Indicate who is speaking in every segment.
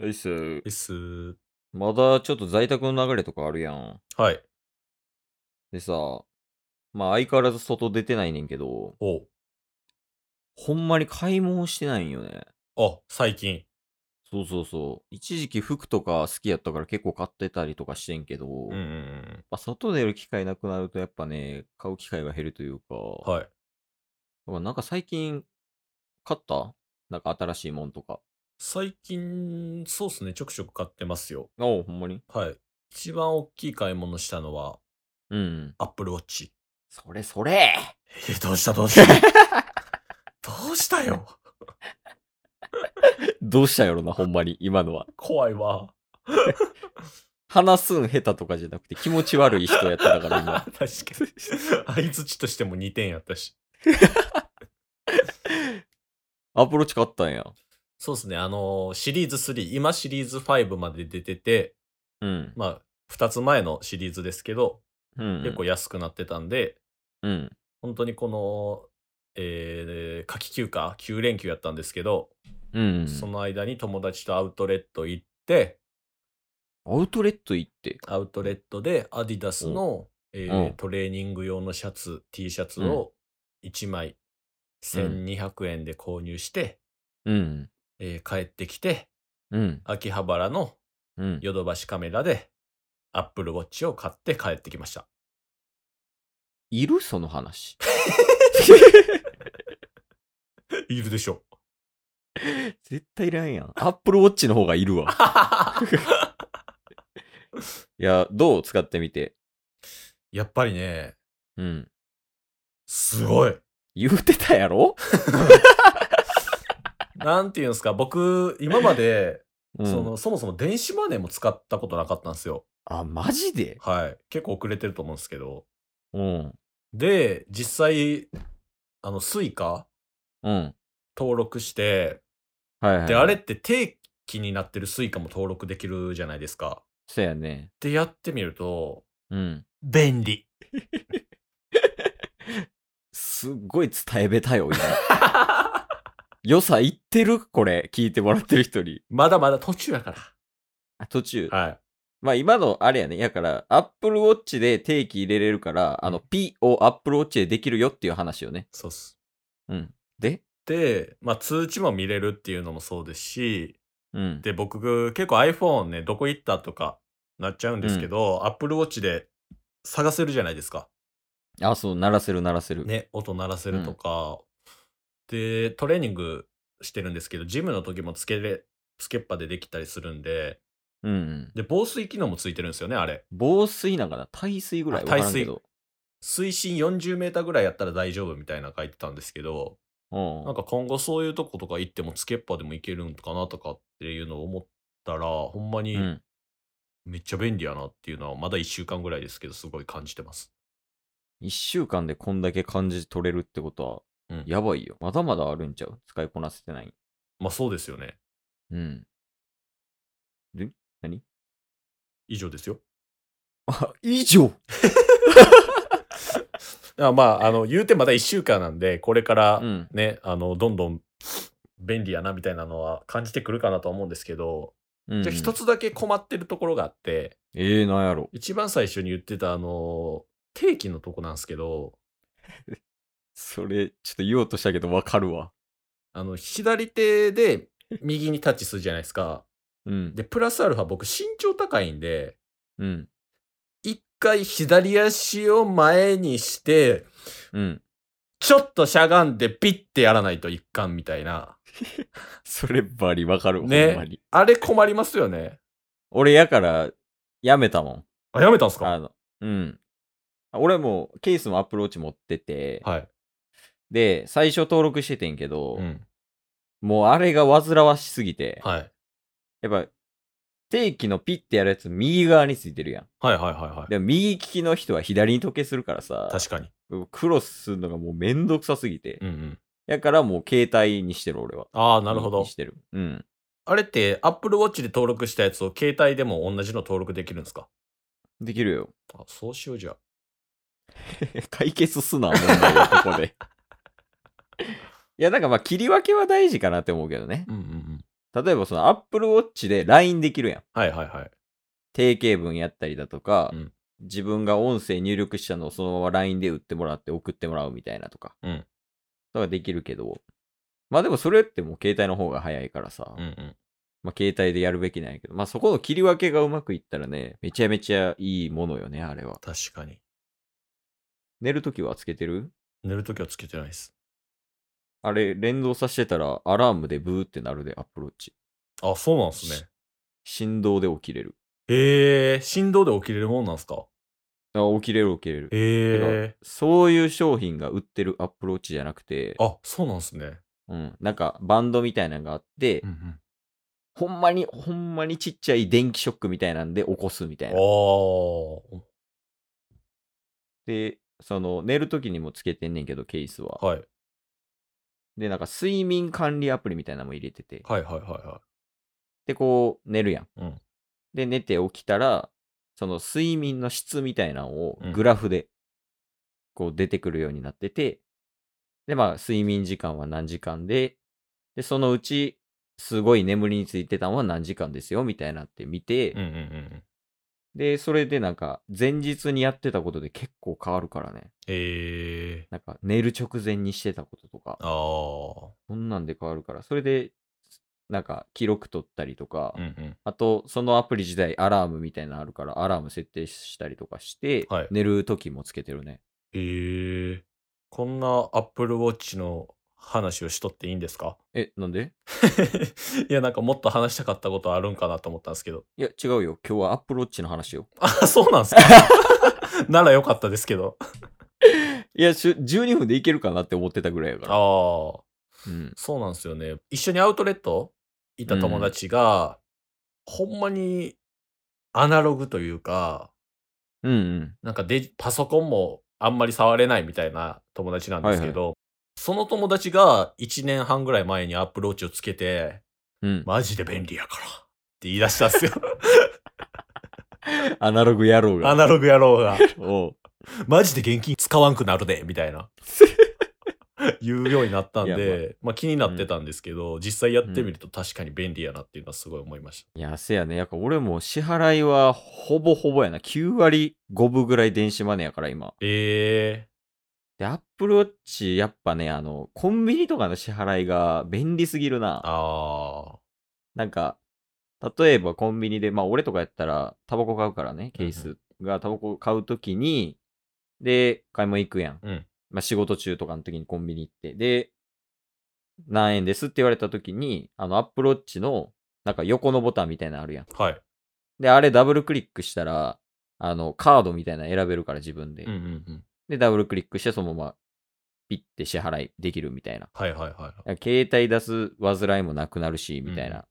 Speaker 1: いいっす。
Speaker 2: です。
Speaker 1: まだちょっと在宅の流れとかあるやん。
Speaker 2: はい。
Speaker 1: でさ、まあ相変わらず外出てないねんけど、
Speaker 2: おう
Speaker 1: ほんまに買い物してないんよね。
Speaker 2: あ、最近。
Speaker 1: そうそうそう。一時期服とか好きやったから結構買ってたりとかしてんけど、
Speaker 2: うんうんうん
Speaker 1: まあ、外出る機会なくなるとやっぱね、買う機会が減るというか、
Speaker 2: うん。はい。
Speaker 1: だからなんか最近買ったなんか新しいもんとか。
Speaker 2: 最近、そうっすね、ちょくちょく買ってますよ。
Speaker 1: あおうほんまに
Speaker 2: はい。一番大きい買い物したのは、
Speaker 1: うん。
Speaker 2: Apple Watch。
Speaker 1: それそれ
Speaker 2: えー、どうしたどうした どうしたよ
Speaker 1: どうしたんやろな、ほんまに、今のは。
Speaker 2: 怖いわ。
Speaker 1: 話すん下手とかじゃなくて気持ち悪い人やったから 今。
Speaker 2: 確かに。相づちとしても2点やったし。
Speaker 1: アプローチ買ったんや。
Speaker 2: そうっすね、あのーシリーズ3、今シリーズ5まで出てて、
Speaker 1: うん。
Speaker 2: まあ、2つ前のシリーズですけど、
Speaker 1: うん、うん。
Speaker 2: 結構安くなってたんで、
Speaker 1: うん。
Speaker 2: 本当にこの、えー、夏季休暇、9連休やったんですけど、
Speaker 1: うんうん。
Speaker 2: その間に友達とアウトレット行って、
Speaker 1: アウトレット行って。
Speaker 2: アウトレットでアディダスの、えー
Speaker 1: うん
Speaker 2: トレーニング用のシャツ、T シャツを1枚1200円で購入して、
Speaker 1: うん。
Speaker 2: えー帰ってきて、
Speaker 1: うん。
Speaker 2: 秋葉原の
Speaker 1: うん。
Speaker 2: ヨドバシカメラで Apple Watch を買って帰ってきました。
Speaker 1: いるその話。
Speaker 2: いるで しょ。
Speaker 1: 絶対いらんやん。アップルウォッチの方がいるわ。いや、どう使ってみて。
Speaker 2: やっぱりね、
Speaker 1: うん。
Speaker 2: すごい。
Speaker 1: 言うてたやろ
Speaker 2: なんていうんですか、僕、今まで、
Speaker 1: うん。
Speaker 2: その、そもそも電子マネーも使ったことなかったんですよ。
Speaker 1: あ、マジで
Speaker 2: はい。結構遅れてると思うんですけど。
Speaker 1: うん。
Speaker 2: で、実際、あの、スイカ
Speaker 1: うん。
Speaker 2: 登録して、
Speaker 1: はい、はい。
Speaker 2: で、あれって定期になってるスイカも登録できるじゃないですか。
Speaker 1: そやね。
Speaker 2: で、やってみると、
Speaker 1: うん。
Speaker 2: 便利。
Speaker 1: すっごい伝えべたよ、今。良さ言ってるこれ、聞いてもらってる人に。
Speaker 2: まだまだ途中やか
Speaker 1: あ途中。
Speaker 2: ら。はい。
Speaker 1: まあ今のあれやね。やから、Apple Watch で定期入れれるから、あの、P を Apple Watch でできるよっていう話よね。
Speaker 2: そうっす。
Speaker 1: うん。で
Speaker 2: で、まあ、通知も見れるっていうのもそうですし、
Speaker 1: うん。
Speaker 2: で、僕、結構 iPhone ね、どこ行ったとかなっちゃうんですけど、Apple Watch で探せるじゃないですか。
Speaker 1: あ、そう、鳴らせる鳴らせる。
Speaker 2: ね、音鳴らせるとか、で、トレーニングしてるんですけど、ジムの時もつけれ、つけっぱでできたりするんで、
Speaker 1: うんうん。
Speaker 2: で、防水機能もついてるんですよね、あれ。
Speaker 1: 防水なんかな耐水ぐらい
Speaker 2: あ
Speaker 1: わからんけど。
Speaker 2: 水深40メーターぐらいやったら大丈夫みたいなの書いてたんですけど、
Speaker 1: うん。
Speaker 2: なんか今後そういうとことか行ってもつけっぱでもいけるんかなとかっていうのを思ったら、ほんま
Speaker 1: う
Speaker 2: に
Speaker 1: ん。
Speaker 2: めっちゃ便利やなっていうのは、まだ1週間ぐらいですけど、すごい感じてます。
Speaker 1: 一週間でこんだけ感じ取れるってこと
Speaker 2: う
Speaker 1: は
Speaker 2: ん、
Speaker 1: やばいよ。まだまだあるんちゃう使いこなせてない。
Speaker 2: まあそうですよね。
Speaker 1: うん。で何
Speaker 2: 以上ですよ。
Speaker 1: あ、以上
Speaker 2: あまあ、あの、言うてまだ1週間なんで、これから
Speaker 1: うん。
Speaker 2: ね、あの、どんどん便利やなみたいなのは感じてくるかなとは思うんですけど、
Speaker 1: うん
Speaker 2: じゃあ一。つだけ困ってるところがあって、
Speaker 1: ええなんやろ。
Speaker 2: 一番最初に言ってたあの、定期のとこなんですけど、
Speaker 1: それ、ちょっと言おうとしたけどわかるわ。
Speaker 2: あの、左手で右にタッチするじゃないですか。
Speaker 1: うん。
Speaker 2: で、プラスアルファ僕身長高いんで、
Speaker 1: うん。
Speaker 2: 一回左足を前にして、
Speaker 1: うん。
Speaker 2: ちょっとしゃがんでピッてやらないといかんみたいな。
Speaker 1: そればりわかるわ、
Speaker 2: ね
Speaker 1: ほんまに。
Speaker 2: あれ困りますよね。
Speaker 1: 俺やから、やめたもん。
Speaker 2: あ、やめたんすか
Speaker 1: あの、うん。俺も、ケースもアップローチ持ってて、
Speaker 2: はい。
Speaker 1: で、最初登録しててんけど、
Speaker 2: うん。
Speaker 1: もうあれが煩わしすぎて、
Speaker 2: はい。
Speaker 1: やっぱ、定期のピッてやるやつ右側についてるやん。
Speaker 2: はいはいはいはい。
Speaker 1: でも右利きの人は左に時計するからさ、
Speaker 2: 確かに。
Speaker 1: クロスするのがもうめんどくさすぎて。
Speaker 2: うんうん。
Speaker 1: やからもう携帯にしてる俺は。
Speaker 2: ああ、なるほ
Speaker 1: に
Speaker 2: ど
Speaker 1: し。てる。うん。
Speaker 2: あれって、Apple Watch で登録したやつを携帯でも同じの登録できるんですか
Speaker 1: できるよ。
Speaker 2: あ、そうしようじゃあ。
Speaker 1: 解決すな、問題はここ で。いや、なんかまあ切り分けは大事かなって思うけどね。
Speaker 2: うんうんうん。
Speaker 1: 例えばその Apple Watch で LINE できるやん。
Speaker 2: はいはいはい。
Speaker 1: 定型文やったりだとか、
Speaker 2: うん
Speaker 1: 自分が音声入力したのをそのまま LINE で打ってもらって送ってもらうみたいなとか、
Speaker 2: うん
Speaker 1: とかできるけど、まあでもそれってもう携帯の方が早いからさ、
Speaker 2: うんうん。
Speaker 1: まあ携帯でやるべきなんやけど、まあそこの切り分けがうまくいったらね、めちゃめちゃいいものよね、あれは。
Speaker 2: 確かに。
Speaker 1: 寝るときはつけてる
Speaker 2: 寝るときはつけてないです。
Speaker 1: あれ、連動させてたらアラームでブーってなるで、Apple Watch。
Speaker 2: あ、そうなんですね。
Speaker 1: 振動で起きれる。
Speaker 2: へえ、振動で起きれるもんなんすか
Speaker 1: あ起きれる起きれる。
Speaker 2: へえ。
Speaker 1: そういう商品が売ってる Apple Watch じゃなくて、
Speaker 2: あ、そうなんすね。
Speaker 1: うん、なんかバンドみたいなのがあって、
Speaker 2: んうん。
Speaker 1: ほんまに、ほんまにちっちゃい電気ショックみたいなんで起こすみたい
Speaker 2: あ
Speaker 1: な。
Speaker 2: あ。
Speaker 1: で、その、寝る時にもつけてんねんけど、ケースは。
Speaker 2: はい。
Speaker 1: で、なんか睡眠管理アプリみたいなのも入れてて。
Speaker 2: はいはいはいは
Speaker 1: で、こう、寝るやん。
Speaker 2: うん
Speaker 1: で、寝て起きたら、その睡眠の質みたいなのを
Speaker 2: うん
Speaker 1: グラフで、こう出てくるようになってて、で、まあ、睡眠時間は何時間で、で、そのうち、すごい眠りについてたのは何時間ですよ、みたいなって見て、
Speaker 2: い。うんうんうんうん。
Speaker 1: で、それでなんか、前日にやってたことで結構変わるからね。
Speaker 2: へえ。
Speaker 1: なんか、寝る直前にしてたこととか、
Speaker 2: ああ。
Speaker 1: そんなんで変わるから、それで、なんか、記録取ったりとか、
Speaker 2: うんうん。
Speaker 1: あと、そのアプリ自体、アラームみたいなのあるから、アラーム設定したりとかして、
Speaker 2: はい
Speaker 1: 寝る時もつけてるね。
Speaker 2: へえ。こんな Apple Watch の話をしとっていいんですか
Speaker 1: え、なんで
Speaker 2: いや、なんかもっと話したかったことあるんかなと思ったんですけど。
Speaker 1: いや、違うよ。今日は Apple Watch の話よ。
Speaker 2: あ、そうなんですか ならよかったですけど。
Speaker 1: いや、しゅ12分でいけるかなって思ってたぐらいやか
Speaker 2: ああ
Speaker 1: ら。。うん。
Speaker 2: そうなんですよね。一緒にアウトレットいた友達が、ほんまにアナログというか、
Speaker 1: うんうん。
Speaker 2: なんかデジパソコンもあんまり触れないみたいな友達なんですけど、その友達が1年半ぐらい前にアップローチをつけて、
Speaker 1: うん。
Speaker 2: マジで便利やからって言い出したん ですよ。
Speaker 1: アナログ野郎
Speaker 2: ア
Speaker 1: が。
Speaker 2: ナログ野郎が。
Speaker 1: おう
Speaker 2: マジで現金使わんくなるで、みたいな。 言うようになったん
Speaker 1: いや
Speaker 2: で、まあ気になってたんですけど、実際やってみると確かに便利やなっていうのはすごい思いまし
Speaker 1: いや、せやね。やっぱ俺も支払いはほぼほぼやな。9割5分ぐらい電子マネーやから、今。
Speaker 2: た。え
Speaker 1: で、Apple Watch、やっぱね、あの、コンビニとかの支払いが便利すぎるな。
Speaker 2: ー、あ
Speaker 1: なんか、例えばコンビニで、まあ俺とかやったら、タバコ買うからね、ケー
Speaker 2: うん
Speaker 1: スがタバコ買うときに、で、買い物行くやん。
Speaker 2: うん
Speaker 1: まあ仕事中とかの時にコンビニ行って、で、何円ですって言われたときに、あの、アップローチの、なんか横のボタンみたいなのあるやん。
Speaker 2: ー、はい。
Speaker 1: で、あれダブルクリックしたら、あの、カードみたいなの選べるから自分で。
Speaker 2: うんうんうん。
Speaker 1: で、ダブルクリックして、そのまま、ピッて支払いできるみたいな。
Speaker 2: はいはいはいはい。
Speaker 1: 携帯出す煩いもなくなるし、みたいな。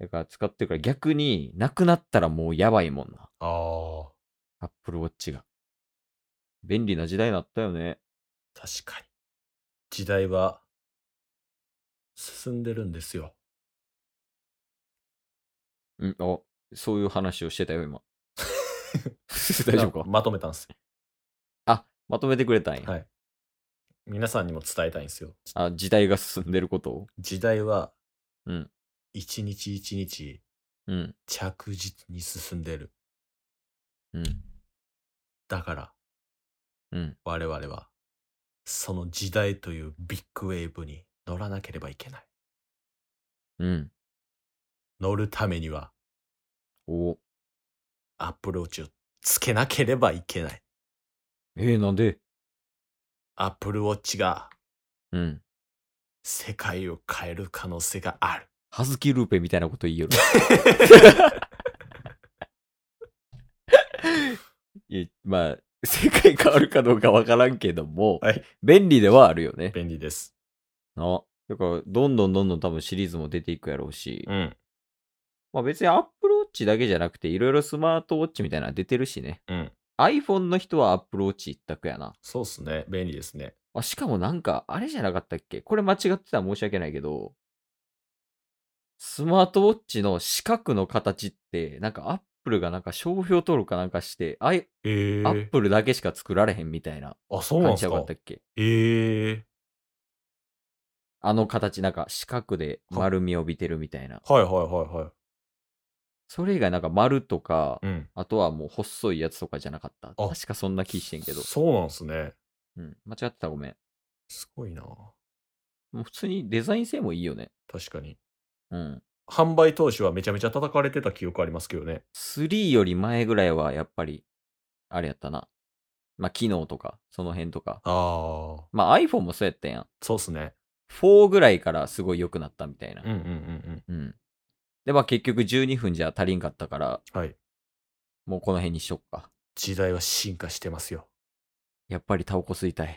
Speaker 2: う
Speaker 1: だから使ってるから逆になくなったらもうやばいもんな。
Speaker 2: あー、
Speaker 1: Apple Watch が。便利な時代になったよね。
Speaker 2: 確かに。時代は進んでるんです よ。
Speaker 1: うん、あ、そういう話をしてたよ、今。 大丈夫か
Speaker 2: まとめたんです
Speaker 1: あ、まとめてくれたんや。
Speaker 2: よ。はい。皆さんにも伝えたいんですよ。
Speaker 1: あ、時代が進んでることを。
Speaker 2: 時代は
Speaker 1: うん、
Speaker 2: 一日一日
Speaker 1: うん、
Speaker 2: 着実に進んでる。
Speaker 1: うん、
Speaker 2: だから
Speaker 1: うん。
Speaker 2: 我々はその時代というビッグウェーブに乗らなければいけない。
Speaker 1: うん。
Speaker 2: 乗るためには
Speaker 1: お
Speaker 2: アップローチをつけなければいけない。
Speaker 1: えー、なんで
Speaker 2: アップルウォッチが
Speaker 1: うん。
Speaker 2: 世界を変える可能性がある。
Speaker 1: ハズキルーペみたいなこと言いよ る。いやまあ、世界変わるかどうかわからんけども、
Speaker 2: はい
Speaker 1: 便利ではあるよね。
Speaker 2: 便利です。
Speaker 1: な。だから、どんどんどんどん多分シリーズも出ていくやろうし、
Speaker 2: うん。
Speaker 1: まあ別に Apple Watch だけじゃなくて、いろいろスマートウォッチみたいなの出てるしね。
Speaker 2: うん。
Speaker 1: iPhone の人は Apple Watch 一択やな。
Speaker 2: そうっすね。便利ですね。
Speaker 1: あしかもなんか、あれじゃなかったっけこれ間違ってたら申し訳ないけど、スマートウォッチの四角の形って、なんか Apple がなんか商標登録かなんかして、あい
Speaker 2: ええ
Speaker 1: Apple だけしか作られへんみたいな
Speaker 2: あ、そうなん
Speaker 1: 感
Speaker 2: で
Speaker 1: じじ
Speaker 2: す
Speaker 1: ゃなか
Speaker 2: か
Speaker 1: った。っけ
Speaker 2: ええ
Speaker 1: あの形、なんか四角で丸みを帯びてるみたいな。
Speaker 2: はいはいはいは
Speaker 1: それ以外なんか丸とか、
Speaker 2: い。うん。
Speaker 1: あとはもう細いやつとかじゃなかった。
Speaker 2: あ
Speaker 1: 確かそんな気してんけど。
Speaker 2: そうなんすね。
Speaker 1: うん。間違ってたらごめん。
Speaker 2: すごいな
Speaker 1: もう普通にデザイン性もいいよね。
Speaker 2: 確かに。
Speaker 1: うん。
Speaker 2: 販売当初はめちゃめちゃ叩かれてた記憶ありますけどね。
Speaker 1: 3より前ぐらいはやっぱり、あれやったな。まあ、機能とか、その辺とか。
Speaker 2: ああ、
Speaker 1: まあ、iPhone もそうやったやん。
Speaker 2: そうっすね。
Speaker 1: 4ぐらいからすごい良くなったみたいな
Speaker 2: うん。うんうん
Speaker 1: うん。で、まあ結局12分じゃ足りんかったから、
Speaker 2: うん。はい。
Speaker 1: もうこの辺にしとっか。
Speaker 2: 時代は進化してますよ。
Speaker 1: やっぱりタバコ吸いたい。